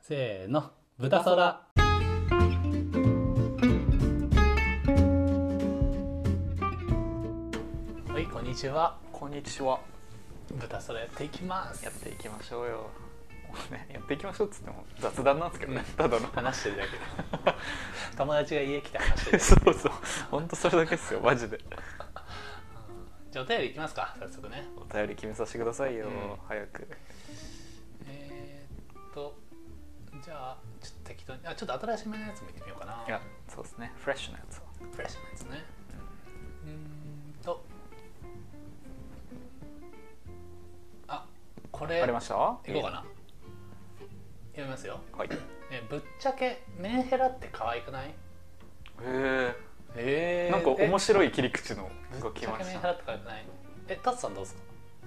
せーの豚そらはいこんにちはこんにちは豚そらやっていきますやっていきましょうよ、もうね、やっていきましょうっつっても雑談なんですけどねただの 話してるだけ友達が家来て話してる そうそうほんとそれだけっすよマジでじゃあお便りいきますか早速ねお便り決めさせてくださいよ、うん早くえー、っとじゃあちょっと適当にあちょっと新しめのやつもいってみようかないやそうですねフレッシュなやつをフレッシュなやつねうーんとあこれありまいしたこうかな読みますよはいへえぶっちゃけメンヘラって可愛くないええなんか面白白い切り口のぶがっ来ちゃまけメしンたヘラまって可愛くないえタツさんどうですか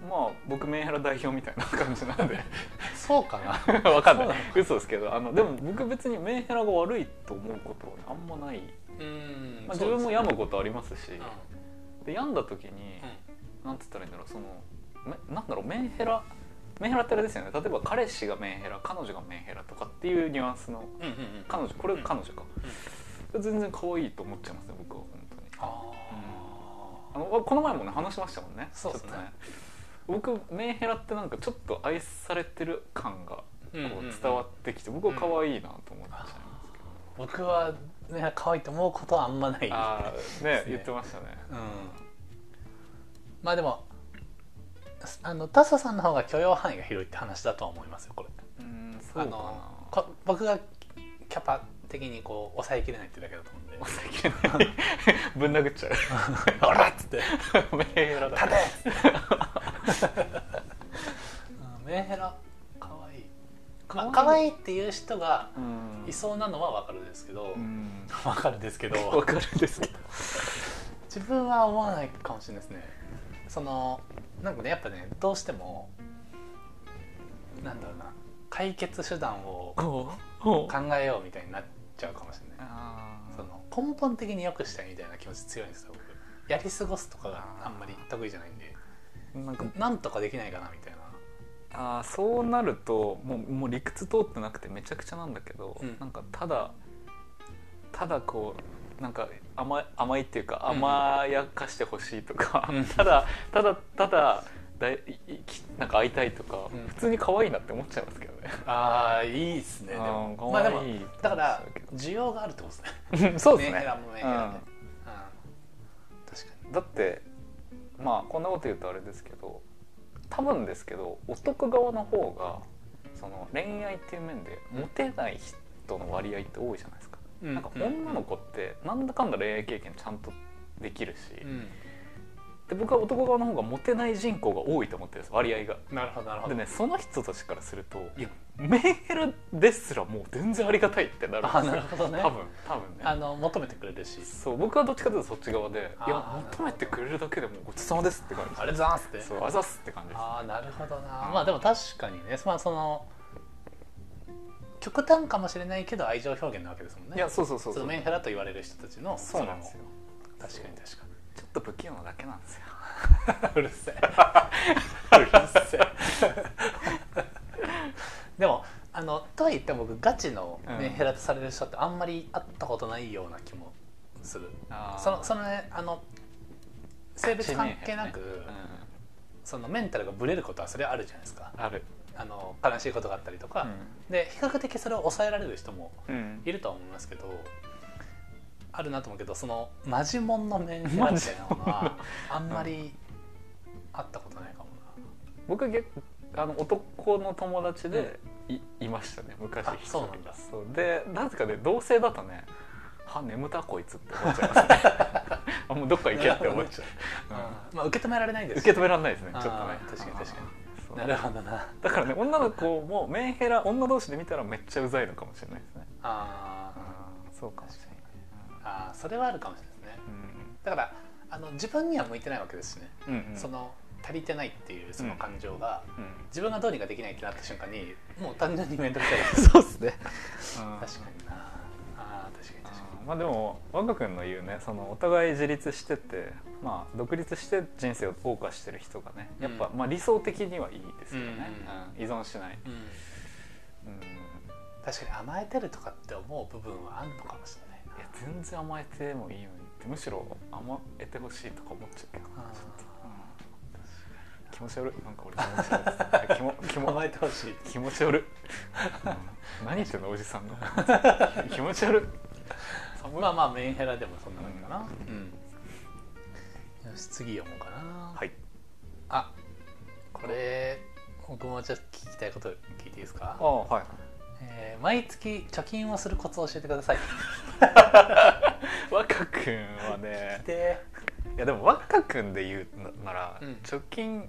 あ僕メンヘラ代表みたいな感じなん でそうか なわかんないそう嘘ですけどあのでも僕別にメンヘラが悪いと思うことはねあんまない、うーんまあ、自分も病む子ことありますしで病んだ時に、うんなんつったらいいんだろうそのめなんだろうメンヘラメンヘラってあれですよね例えば彼氏がメンヘラ彼女がメンヘラとかっていうニュアンスのうんうんうんうん彼女これ彼女か、全然可愛いと思っちゃいますね僕は本当にああのこの前もね話しましたもんねそうっすねちょっとね僕メンヘラってなんかちょっと愛されてる感がこううんうんうん伝わってきて、僕は可愛いなと思っちゃいますけど、ー僕はメンヘラ可愛いと思うことはあんまないああねですね言ってましたねうんまあでもあのタサさんの方が許容範囲が広いって話だとは思いますよこれうんそうあかなのこ僕がキャパ的にこう抑えきれないってだけだと思うんで抑えきれない ぶん殴っちゃう 「 おら!」っつってメンヘラ「だ立て!」うんメンヘラかわいいまあ可愛いっていう人がうんいそうなのはわかるですけど、うん わかるですけどわかるんですけど 自分は思わないかもしれないですねそのなんかねやっぱねどうしてもなんだろうな解決手段を考えようみたいになっちゃうかもしれないその根本的に良くしたいみたいな気持ち強いんですよ僕やり過ごすとかがあんまり得意じゃないんでなんかなんとかできないかなみたいなあーそうなるともうもう理屈通ってなくてめちゃくちゃなんだけど、うんなんかただただこうなんか甘い甘いっていうかうん甘やかしてほしいとか、うんただただただだいいきなんか会いたいとか、うん普通に可愛いなって思っちゃいますけどね。ああいいっすねでうんも可まあで愛いもだから需要があるってことですねそうですメンヘねラもメンヘラで、うんうん、確かだってまあこんなこと言うとあれですけど多分ですけど男側の方がその恋愛っていう面でモテない人の割合って多いじゃないですか。になんか女の子ってなんだかんだ恋愛経験ちゃんとできるし、うんで僕は男側の方がモテない人口が多いと思ってるんです割合が。なるほどなるほどでねその人たちからするといやメンヘラですらもう全然ありがたいってなるんですあよなるほどね多分多分ねあの求めてくれるしそう僕はどっちかというとそっち側であーいや求めてくれるだけでもうごちそうさまですって感じあれざんすってそうあざっすって感じですああなるほどなまあでも確かにねまあその極端かもしれないけど愛情表現なわけですもんねいやそうそうそうそそうのメンヘラと言われる人たちのそうなんですよそれも確かに確かちょっと不器用なだけなんですよにうるせえうるせえでもあのとはいっても僕ガチのメンヘラとされる人ってあんまり会ったことないような気もする、そのそのねあの性別関係なく、そのメンタルがブレることはそれはあるじゃないですかあるあの悲しいことがあったりとか、で比較的それを抑えられる人もうんいるとは思いますけどあるなと思うけどそのマジモンの面みたいなのはあんまりあったことないかも僕げあの男の友達でい,、いましたね昔あ一人そうなんだそうでなぜかね同性だとねは眠たこいつって思っちゃい ますねあもうどっか行けって思っちゃな、う、まあ、受け止められないんうでん、す受け止められないですねちょあーっとね確かに確かにそうなるほどなだからね女の子もメンヘラ女同士で見たらめっちゃうざいのかもしれないですねあそうかーもし確れかなにいあーそれはあるかもしれないですねだからあの自分には向いてないわけですしね、うんうんうんその足りてないっていうその感情が、うん自分がどうにかできないってなった瞬間にもう単純に面倒くさい そうですね確かになあー確かに確かまあでも若君の言うねそのお互い自立してて、まあ、独立して人生を謳歌してる人がねやっぱ、うんまあ理想的にはいいですようね、んうん依存しない、に、うん、うん確かに甘えてるとかって思う部分はあんのかもしれないいや全然甘えてもいいのにってむしろ甘えてほしいとか思っちゃうけどな気持ち悪いなんか俺気持ち悪い気も気うんも 甘えてほしい気持ち悪い、うん何言ってんのおじさんが 気持ち悪いまあまあメンヘラでもそんな感じかなうん、よし次読もうかなはいあこれ僕もちょっと聞きたいこと聞いていいですかあ、あはいえー毎月貯金をするコツを教えてください若くんはねでいやでも若くんで言うなら、うん貯金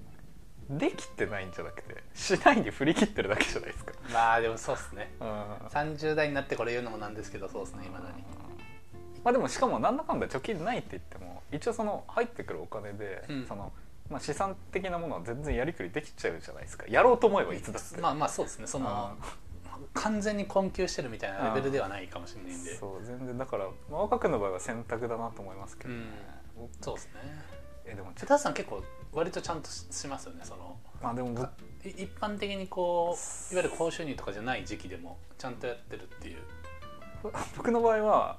できてないんじゃなくてしないで振り切ってるだけじゃないですかまあでもそうっすねうん30代になってこれ言うのもなんですけどそうっすねいまだにまあでもしかもなんだかんだ貯金ないって言っても一応その入ってくるお金で、うんそのまあ、資産的なものは全然やりくりできちゃうじゃないですかやろうと思えばいつだって、まあまあそうですねその完全に困窮してるみたいなレベルではないかもしれうないんんでそう全然だから、まあ、若くんの場合は選択だなと思いますけどね、僕そうですねえでもち瀬ょっと田さん結構割とちゃんとししますよねそのまあでも僕い一般的にこういわゆる高収入とかじゃない時期でもちゃんとやってるっていう 僕の場合は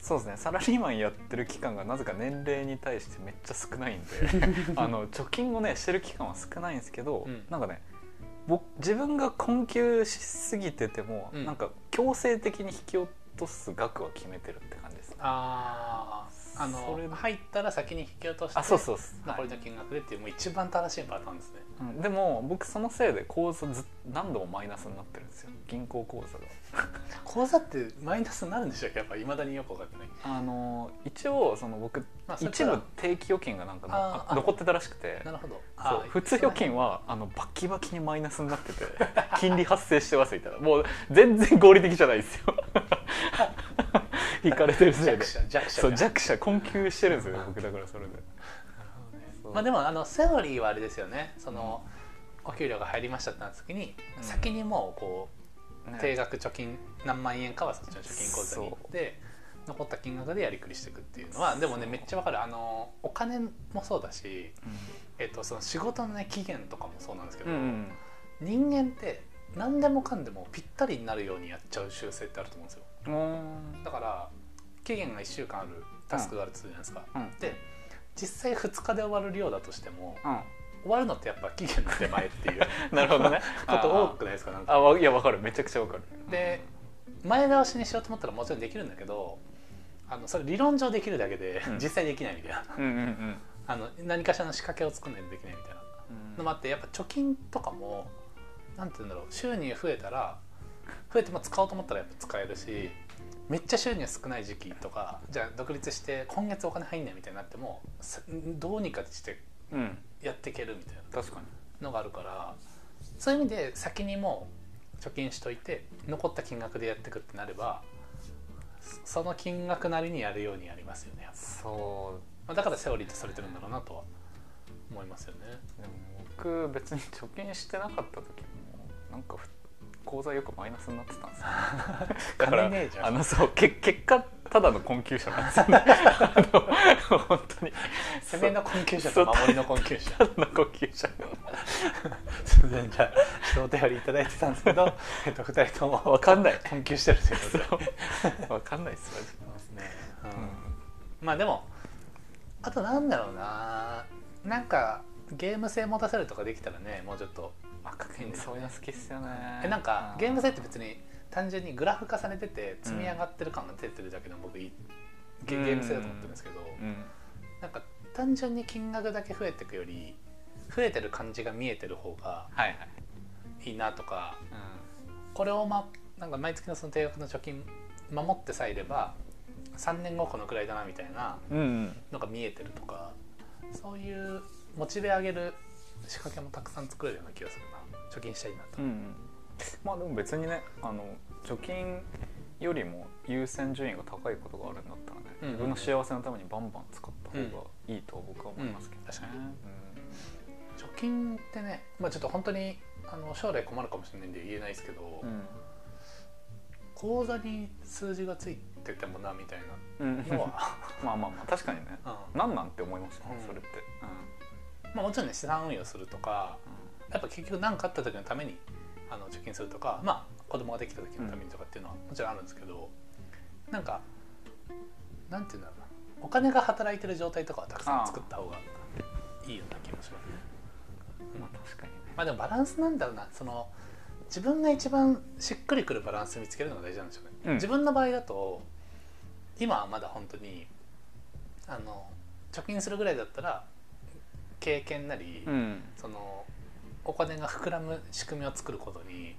そうですねサラリーマンやってる期間がなぜか年齢に対してめっちゃ 少ないんであの貯金をねしてる期間は少ないんですけど、うんなんかね僕自分が困窮しすぎてても、うんなんか強制的に引き落とす額は決めてるって感じですねあーあそれの入ったら先に引き落としてあそうそうそう、残りの金額でっていうもう一番正しいパターンですねうんでも僕そのせいで口座ずっ何度もマイナスになってるんですよ銀行口座が口座ってマイナスになるんでしたっけやっぱいまだによく分かってない、あの一応その僕まあ、それ一から部定期預金がなんかのあーあ残ってたらしくてなるほどそあうー普通預金はあのバキバキにマイナスになって て金利発生してますみたいなもう全然合理的じゃないですよ引かれてるせいで弱者弱者そがう弱者困窮してるんですよね僕だからそれでそうまあでもあのセオリーはあれですよねその、お給料が入りましたってなった時に、うん先にもうこうね定額貯金何万円かはそっちの貯金口座に行そって残った金額でやりくりしていくっていうのはでもねそうめっちゃわかるあのお金もそうだし、うえっと、その仕事のね期限とかもそうなんですけど、んうん人間って何でもかんでもぴったりになるようにやっちゃう習性ってあると思うんですようんうんだから期限が1週間あるタスクがあるとするじゃないですか、うんで実際2日で終わる量だとしてもう終わるのってやっぱ期限の手前って いうんなる ほどねこと多くないですかなんあかーあわいやわかるめちゃくちゃわかるで前倒しにしようと思ったらもちろんできるんだけどあのそれ理論上できるだけでうん実際できないみたいな、うんうんうんあの何かしらの仕掛けを作んないとできないみたいなうんのもあってやっぱ貯金とかもなんて言うんだろう収入増えたら増えても使おうと思ったらやっぱ使えるしめっちゃ収入少ない時期とかじゃあ独立して今月お金入んないみたいになってもさどうにかしてうんやっていけるみたいな確かにのがあるからそういう意味で先にもう貯金しといて残った金額でやっていくってなればそその金額なりにやるようにやりますよね、やっぱそうまあ、だからセオリーとされてるんだろうなとは思いますよね。でも僕別に貯金してなかった時もなんかふ口座よくマイナスになってたんですよだから金ねえじゃんあのそうけ結果ただの困窮者なんですよねあの本当に攻めの困窮者と守りの困窮者ただの困窮者すいませんじゃあちょっとお便りいただいてたんですけ ど、えっと、2人ともわかんない困窮してるということでわかんないっすマジですね、うん、まあでもあとなんだろうななんかゲーム性持たせるとかできたらねもうちょっと若くにそういうの好きっすよねえなんかうゲーム性って別に単純にグラフ化されてて積み上がってる感が出てるだけでも僕いいゲゲーム性だと思ってるんですけど、うんなんか単純に金額だけ増えていくより増えてる感じが見えてる方がはいはい、いいなとかうんこれを、ま、なんか毎月のその定額の貯金守ってさえいれば3年後このくらいだなみたいなうんうん、のが見えてるとかそういうモチベ上げる仕掛けもたくさん作れるような気がするな貯金したいなと、うんうん、まあでも別にねあの貯金よりも優先順位が高いことがあるんだったらね、うんうん自分の幸せのためにバンバン使った方がいいとは僕は思いますけどね、うん確かに貯金ってね、まあ、ちょっと本当にあの将来困るかもしれないんで言えないですけど、口座に数字がついててもなみたいうん、うんなのは、まあまあまあ確かにねうん何なんて思いますよね、うんそれって、まあ、もちろんね資産運用するとかやっぱ結局何かあった時のためにあの貯金するとかまあ子供ができた時のためにとかっていうのはもちろんあるんですけど、なんかなんていうんだろうなお金が働いてる状態とかはたくさん作った方がいいような気もしますね。まあ確かにねまあでもバランスなんだろうなその自分が一番しっくりくるバランス見つけるのが大事なんでしょうね、うん自分の場合だと今はまだ本当にあの貯金するぐらいだったら経験なり、うんそのお金が膨らむ仕組みを作ることに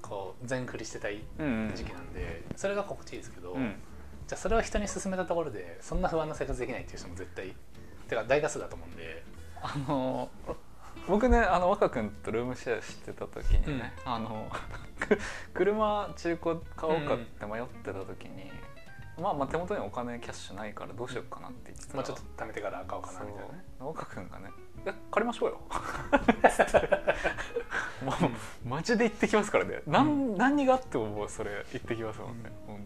こう全振りしてたいうん時期なんでそれが心地いいですけど、うんじゃあそれを人に勧めたところでそんな不安な生活できないっていう人も絶対てか大多数だと思うんであの僕ねあの若君とルームシェアしてた時にね、あの く車中古買おうかって迷ってた時に、まあまあ手元にお金キャッシュないからどうしようかなって言ってたもらうちょっと貯めてから買おうかなみたいなね。そう若君がね「え借りましょうよ」 まあマジで行ってきますからね、なん何があってももうそれ行ってきますもんね、本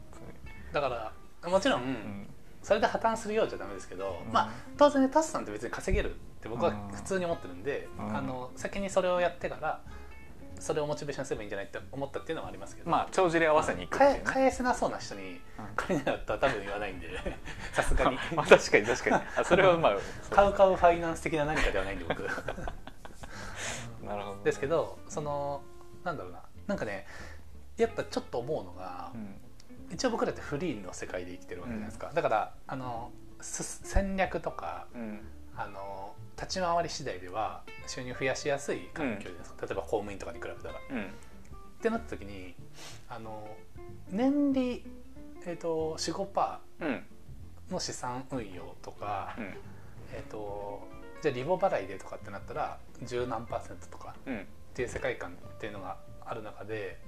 だからもちろん、当に、うんそれで破綻するようじゃダメですけど、うんまあ当然ねタスさんって別に稼げるって僕はうん普通に思ってるんで、うんあの先にそれをやってからそれをモチベーションにすればいいんじゃないって思ったっていうのはありますけど、まあ帳尻合わせに行くっていう返返せなそうな人にうん借りなかったら多分言わないんでさすがに まあ確かに確かにあそれはまあそう買う買うファイナンス的な何かではないんで僕なるほどね、ですけどそのなんだろうななんかねやっぱちょっと思うのが、うん一応僕らってフリーの世界で生きてるわけじゃないですか、だからあのす戦略とかうんあの立ち回り次第では収入増やしやすい環境じゃないですか、例えば公務員とかに比べたら。っうんてなった時にあの年利、えー、と45%うんの資産運用とか、うんえー、とじゃあリボ払いでとかってなったら十何パーセントとかうんっていう世界観っていうのがある中で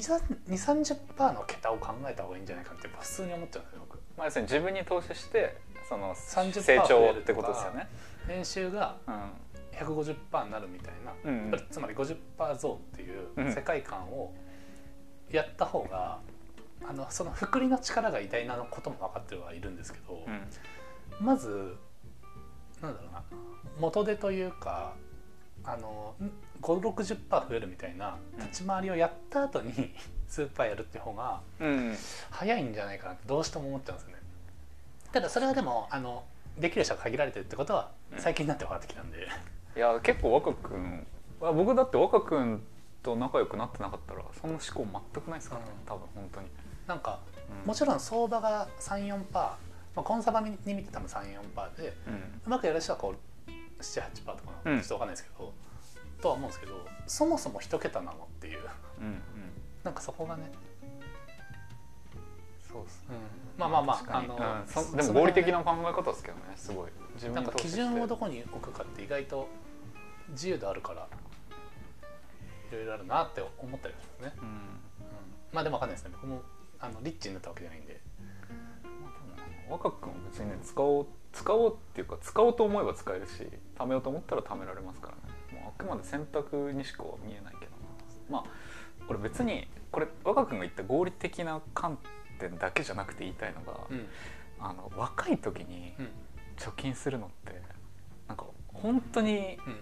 230%の桁を考えた方がいいんじゃないかってやっぱ普通に思っちゃうんですよ僕。まあ要するに自分に投資してその30%成長ってことですよね年収がうん150%になるみたいなうんうんつまり50%増っていう世界観をやった方が、あのその福利の力が偉大なのことも分かってはいるんですけど、うんまずなんだろうな元手というかあの560%増えるみたいな立ち回りをやった後に スーパーやるって方がうん早いんじゃないかなってどうしても思っちゃうんですよね。ただそれはでもあのできる人が限られてるってことは最近になって分かってきたんで、いや結構若君あ僕だって若君と仲良くなってなかったらそんな思考全くないですからねうん多分本当になんかうんもちろん相場が34%、まあ、コンサバに見て多分34%でうんうまくやる人はこう78%とかなうんのちょっとわかんないですけど、とは思うんですけどそもそも一桁なのっていううんうんなんかそこがね、そうですねうんまあまあま確あかあにの、うんそそでそもれ合が理ね的な考え方ですけどねすごい自な分んにか投資基して準をどこに置くかって意外と自由度あるからいろいろあるなって思ったりしますね、うんうん、まあでもわかんないですね僕もあのリッチになったわけじゃないんで若君は別にね使おう使おうっていうか使おうと思えば使えるし貯めようと思ったら貯められますからねもうあくまで選択にしか見えないけどなまあこれ別にこれ若君が言った合理的な観点だけじゃなくて言いたいのが、うんあの若い時にうん貯金するのってなんか本当にうん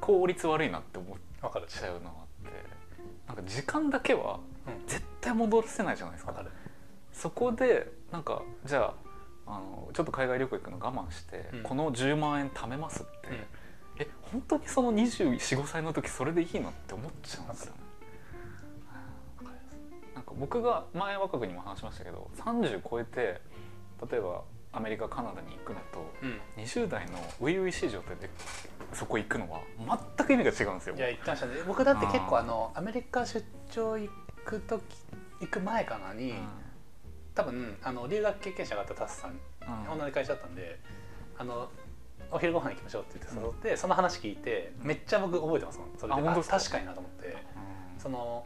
効率悪いなって思っわかるちゃうのがあってなんか時間だけはうん絶対戻せないじゃないですわかかるそこでなんかじゃああのちょっと海外旅行行くの我慢して、うんこの10万円貯めますって、うんえ本当にその245歳の時それでいいのって思っちゃうんですよね。わかりますなんか僕が前若くにも話しましたけど30超えて例えばアメリカカナダに行くのとうん20代の初々しい状態でそこ行くのは全く意味が違うんですよい。や行ってましたね僕だって結構あのアメリカ出張行く時行く前かなに、う多分あの留学経験者があったタスさん、んうん同じ会社だったんであのお昼ご飯行きましょうって言って誘って、その話聞いてめっちゃ僕覚えてますもんそれあで本あ当ですか確かになと思ってその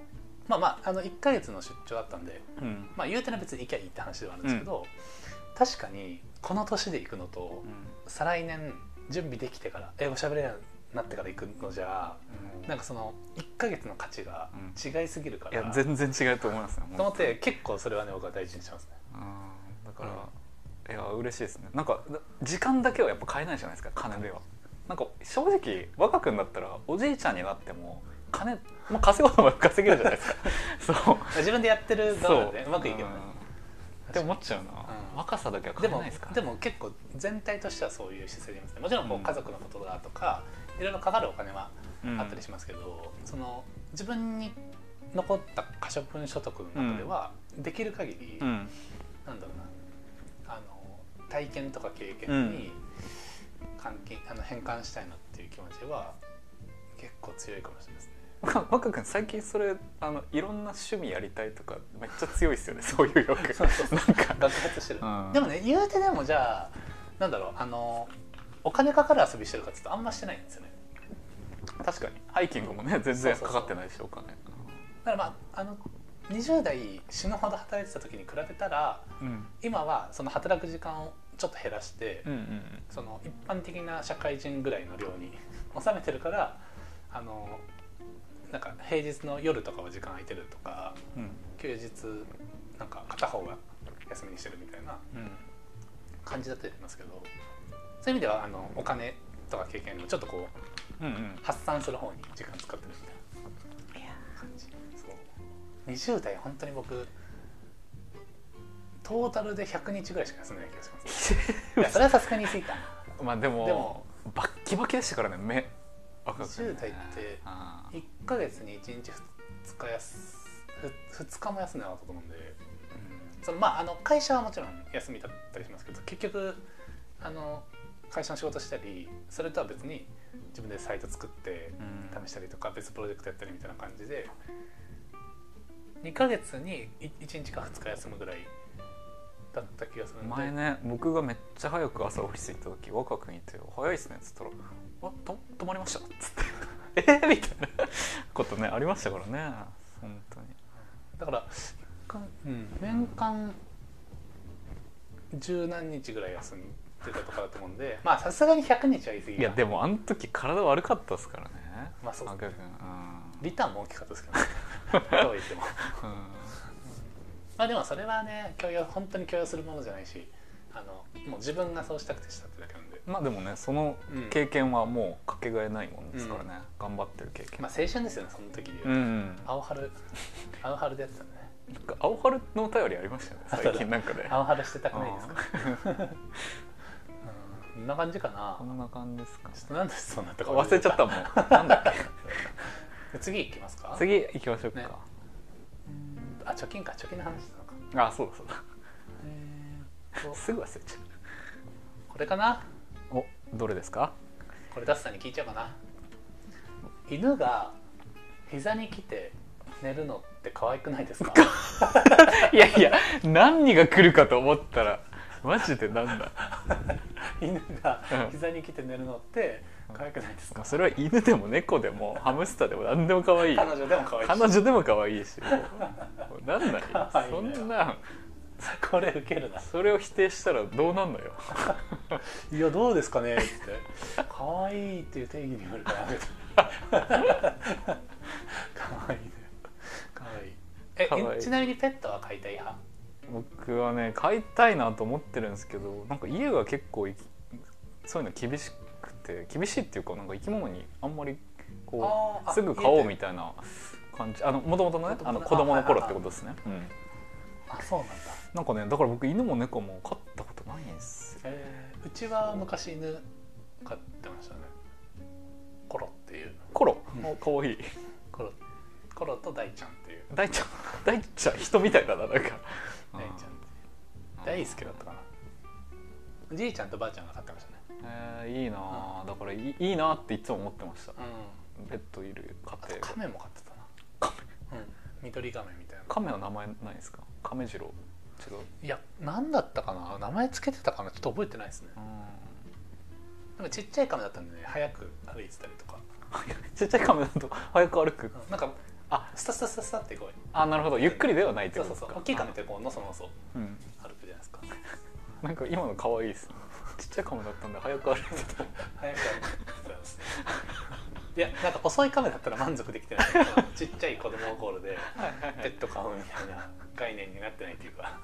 まあまああの1ヶ月の出張だったんでうんまあ言うての別に行きゃいいって話ではあるんですけど、確かにこの年で行くのと再来年準備できてから英語喋れるようになってから行くのじゃうんなんかその1ヶ月の価値が違いすぎるかいら、や全然違うと思いますよ。と思って結構それはね僕は大事にしてますねあーだから、いや嬉しいですねなんかだ時間だけはやっぱ買えないじゃないですか金ではなんか正直若君だったらおじいちゃんになっても金まあ、稼ごうと思えば稼げるじゃな いですかそう自分でやってる側なんでうまくいけばねって思っちゃうな、うん若さだけは変でえないもですからでも結構全体としてはそういう姿勢でいますねもちろんこううん家族のことだとか、いろいろかかるお金はあったりしまますけど、その自分に残った可処分所得の中では、できる限り、うん うんなんだろうなあの体験とか経験に関係、あの変換したいなっていう気持ちは結構強いかもしれないですね。若若君最近それあのいろんな趣味やりたいとかめっちゃ強いですよね そういう欲そうそうそうなん か爆発してる、うんでもね言うてでもじゃあなんだろうあのお金かかる遊びしてるかっていうとあんましてないんですよね確かにハイキングもね全然そうそうそうかかってないでしょうかねだからまああの20代死ぬほど働いてた時に比べたらうん今はその働く時間をちょっと減らして、うんうんその一般的な社会人ぐらいの量に 収めてるからあのなんか平日の夜とかは時間空いてるとかうん休日なんか片方は休みにしてるみたいなうん感じだったりしますけどそういう意味ではあのお金とか経験よりもちょっとこううんうん発散する方に時間使ってるみたいな感じそう20代本当に僕トータルで100日ぐらいしか休んでない気がしますいやそれはさすがに過ぎたまあでもでもバッキバキでしたからね目若君ね20代ってあ1ヶ月に1日2日休ふ2日も休んでなかったと思うんでーそのまああの会社はもちろん休みだったりしますけど結局あの会社の仕事したりそれとは別に自分でサイト作ってうん試したりとか別プロジェクトやったりみたいな感じで2ヶ月にい1日か2日休むぐらいだった気がするんで前ね僕がめっちゃ早く朝オフィス行った時若君いて「早いっすね」っつったら「あと止まりました」っ つって「え ー、みたいなことねありましたからね本当にだからうん年間十何日ぐらい休んでたとかだと思うんでまあさすがに100日は言い過ぎかいやでもあの時体悪かったですからねまあそう若君うんリターンも大きかったです けどねどう言ってもうんまあでもそれはね許容本当に許容するものじゃないしあのもう自分がそうしたくてしたってだけなんで、まあでもねそのうん経験はもうかけがえないもんですからね、頑張ってる経験まあ青春ですよねその時で言ううと、ん青春青春でやってたんでねなんか青春のお便りありましたよね最近なんかで、ね、青春してたくないですか うんこんな感じかこなんな感じですかねちょっと何でそうなったか忘れちゃったもんなんだっけ次行きますか次行きましょうか、ねあ貯金か貯金の話なのかあそうだそうだえーっとすぐ忘れちゃこれかなうおどれですかこれダスさんに聞いちゃおうかな犬が膝に来て寝るのって可愛くないですかいやいや何が来るかと思ったらマジでなんだ犬がうん膝に来て寝るのって可愛くないですか、それは犬でも猫でもハムスターでも何でも可愛い彼女でも可愛いし彼女でも可愛いしもうなんない可愛いそねんなんこれウケるなそれを否定したらどうなんのよいやどうですかねって可愛いっていう定義による からみたいな可愛いね可愛いえ可愛いちなみにペットは飼いたい派僕はね飼いたいなと思ってるんですけどなんか家が結構いきそういうの厳しくて厳しいっていうかなんか生き物にあんまりこあーうあすぐ飼おう家みたいな感じあのもともとのね子供のあのあ子供の頃はいはいはいってことですね、うん、あそうなんだ、なんかねだから僕犬も猫も飼ったことないんですよえーうちは昔犬飼ってましたねコロっていうコロもうかわいいコロコロと大ちゃんっていう大ちゃん大ちゃん人みたいだななんか大ちゃんっていううん大好きだったかなじいちゃんとばあちゃんが飼ってましたねえーいいなあだからいいいいなあっていつも思ってましたうんペットいる家あと庭カメも飼ってたなカメうん緑亀みたいな亀の名前ないですか亀次郎違ういや何だったかな名前つけてたかなちょっと覚えてないですねうんなんかちっちゃい亀だったんでね早く歩いてたりとか、ちっちゃい亀だと早く歩くうんなんかあスタスタスタスタってこうあなるほどゆっくりではないってそこうとそうですそかう大きい亀ってこうのそのそうん歩くじゃないですかなんか今の可愛いですねちっちゃい亀だったんで早く歩いてた早く歩いてたんですねいやなんか遅い亀だったら満足できてないけど ちっちゃい子供心でペット飼うみたいな概念になってないっていうか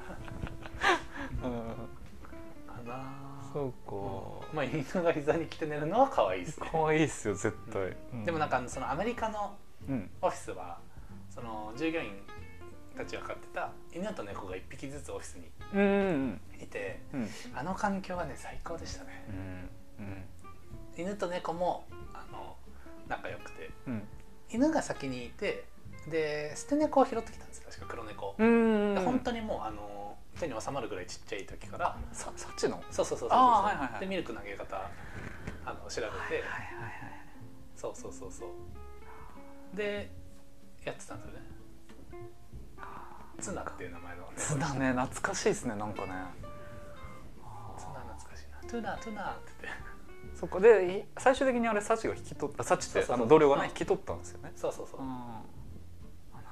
うんかなあそうまあ犬が膝に来て寝るのは可愛いですかね可愛いですよ絶対でもなんかかそのアメリカのうんオフィスはその従業員たちが飼ってた犬と猫が1匹ずつオフィスにうんうんいてうんうんあの環境はね最高でしたねうん犬と猫もあの仲良くてうん犬が先にいてで捨て猫を拾ってきたんですよ確か黒猫、うんで本本当当にもうあの手に収まるぐらいちっちゃい時からさサチのそうそうそうそうそうあーはいはいはいでミルク投げ方あの調べて、いはいはいそうそうそうそうでやってたんですよねツナっていう名前のねそうだね懐かしいですねなんかねツナ懐かしいなトゥナトゥナって言ってそっかでい最終的にあれサチが引き取ったサチっそうてそうそうあの同僚がねうん引き取ったんですよねそうそうそううんあ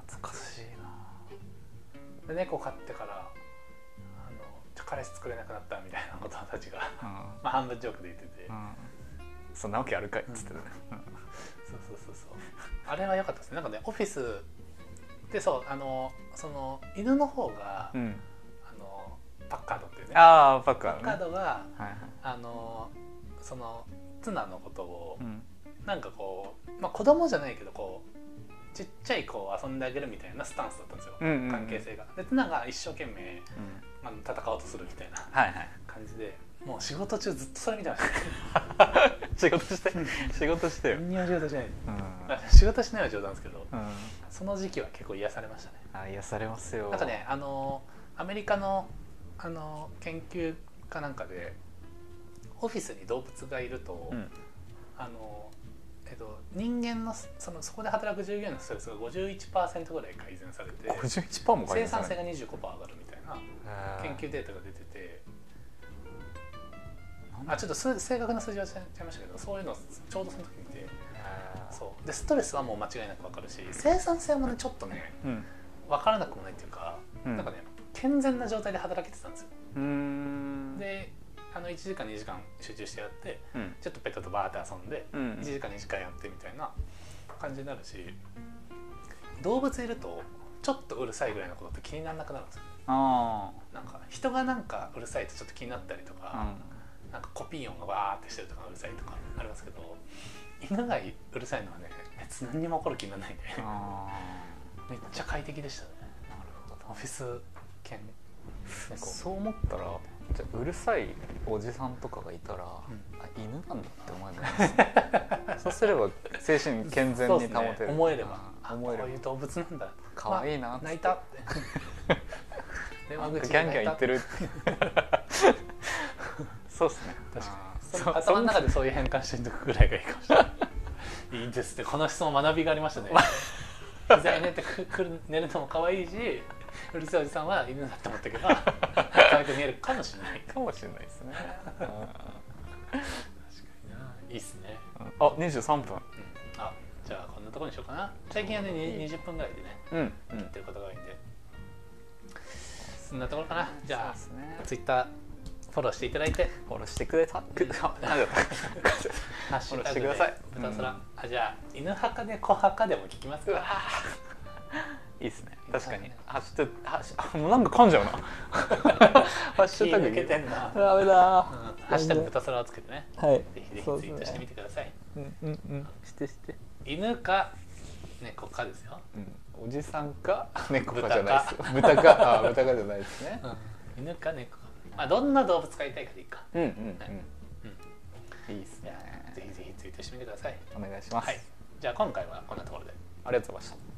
懐かしいなで猫飼ってからあのちょ彼氏作れなくなったみたいなことたちが、まあ、半分ジョークで言ってて、うんうんそんなわけあるかいっつってねそうそうそうそうあれは良かったですねなんかねオフィスでそうあのその犬の方が、うんうんあのパッカードっていうねああパックパあッるカねードがはいはいあのそのツナのことをうんなんかこう、まあ、子供じゃないけどこうちっちゃい子を遊んであげるみたいなスタンスだったんですよ、うんうんうん関係性が。でツナが一生懸命、うんまあ、戦おうとするみたいなはい はい感じでもう仕事中ずっとそれ見てましたね仕事して仕事してよ何にも仕事 しないうんあ仕事しないは冗談ですけどうんその時期は結構癒されましたねあ癒されますよなんかねあのアメリカのあの研究かなんかでオフィスに動物がいると、うんあのえっと、人間のそのそこで働く従業員のストレスが51%ぐらい改善されて51%も生産性がが25%上がるみたいな研究データが出ててあちょっと数正確な数字はちゃいましたけどそういうのをちょうどその時見てそうでストレスはもう間違いなく分かるし生産性もねちょっとねうん分からなくもないっていうか、うんなんかね健全な状態で働けてたんですようーんであの1時間2時間集中してやってうんちょっとペットとバーって遊んで、うん1時間2時間やってみたいな感じになるし動物いるとちょっとうるさいぐらいのことって気にならなくなるんですよあなんか人がなんかうるさいとちょっと気になったりとあか、なんかコピー音がわーってしてるとかうるさいとかありますけど犬がうるさいのはね別に何にも起こる気にならないんであめっちゃ快適でしたねオフィス犬ー猫そう思ったらじゃあうるさいおじさんとかがいたら、んあ犬なんだって思えばいいそうすれば精神健全そにうで保てする、ね思えればうんあ思えれこういう動物なんだばかわいいなあって泣いたって電な話んか口ギでャン泣ギャンい言た ってるそうっすね確かあにーそそ頭の中でそういう変換しておくぐらいがいいかもしれないいいですねこの質問学びがありました ね膝に寝てくくる寝るのも可愛いしうるせえおじさんは犬だって思っておけば可愛く見えるかもしれないかもしれないですねあいいっすね、あ23分うん、あじゃあこんなところにしようかな最近はねに20分ぐらいでねうんうやっんてることが多いんでそんなところかなじゃそうですねあツイッターフォローしていただいてフォローしてくれた く あなんだったハッシュタグでフォローしてください豚皿、あじゃあ犬派か猫派かでも聞きますうかわいいです ね確かいいにですねハッシュタグハッシュあもうなんか噛んじゃ うなハッシュタグ気抜けてん なダうんメだハッシュタグ豚皿をつけてねはいぜひぜひツイそうですートしてみねてください、うんうんうんしてして犬か猫かですよ、おじさんか猫かかじゃじゃなないいっですす 豚かあ豚かじゃないですね犬か猫かまあどんな動物飼いたいかでいいかうんうんうんいいですじゃねあぜひぜひツイートしてみてくださいお願いしますはいじゃあ今回はこんなところでありがとうございました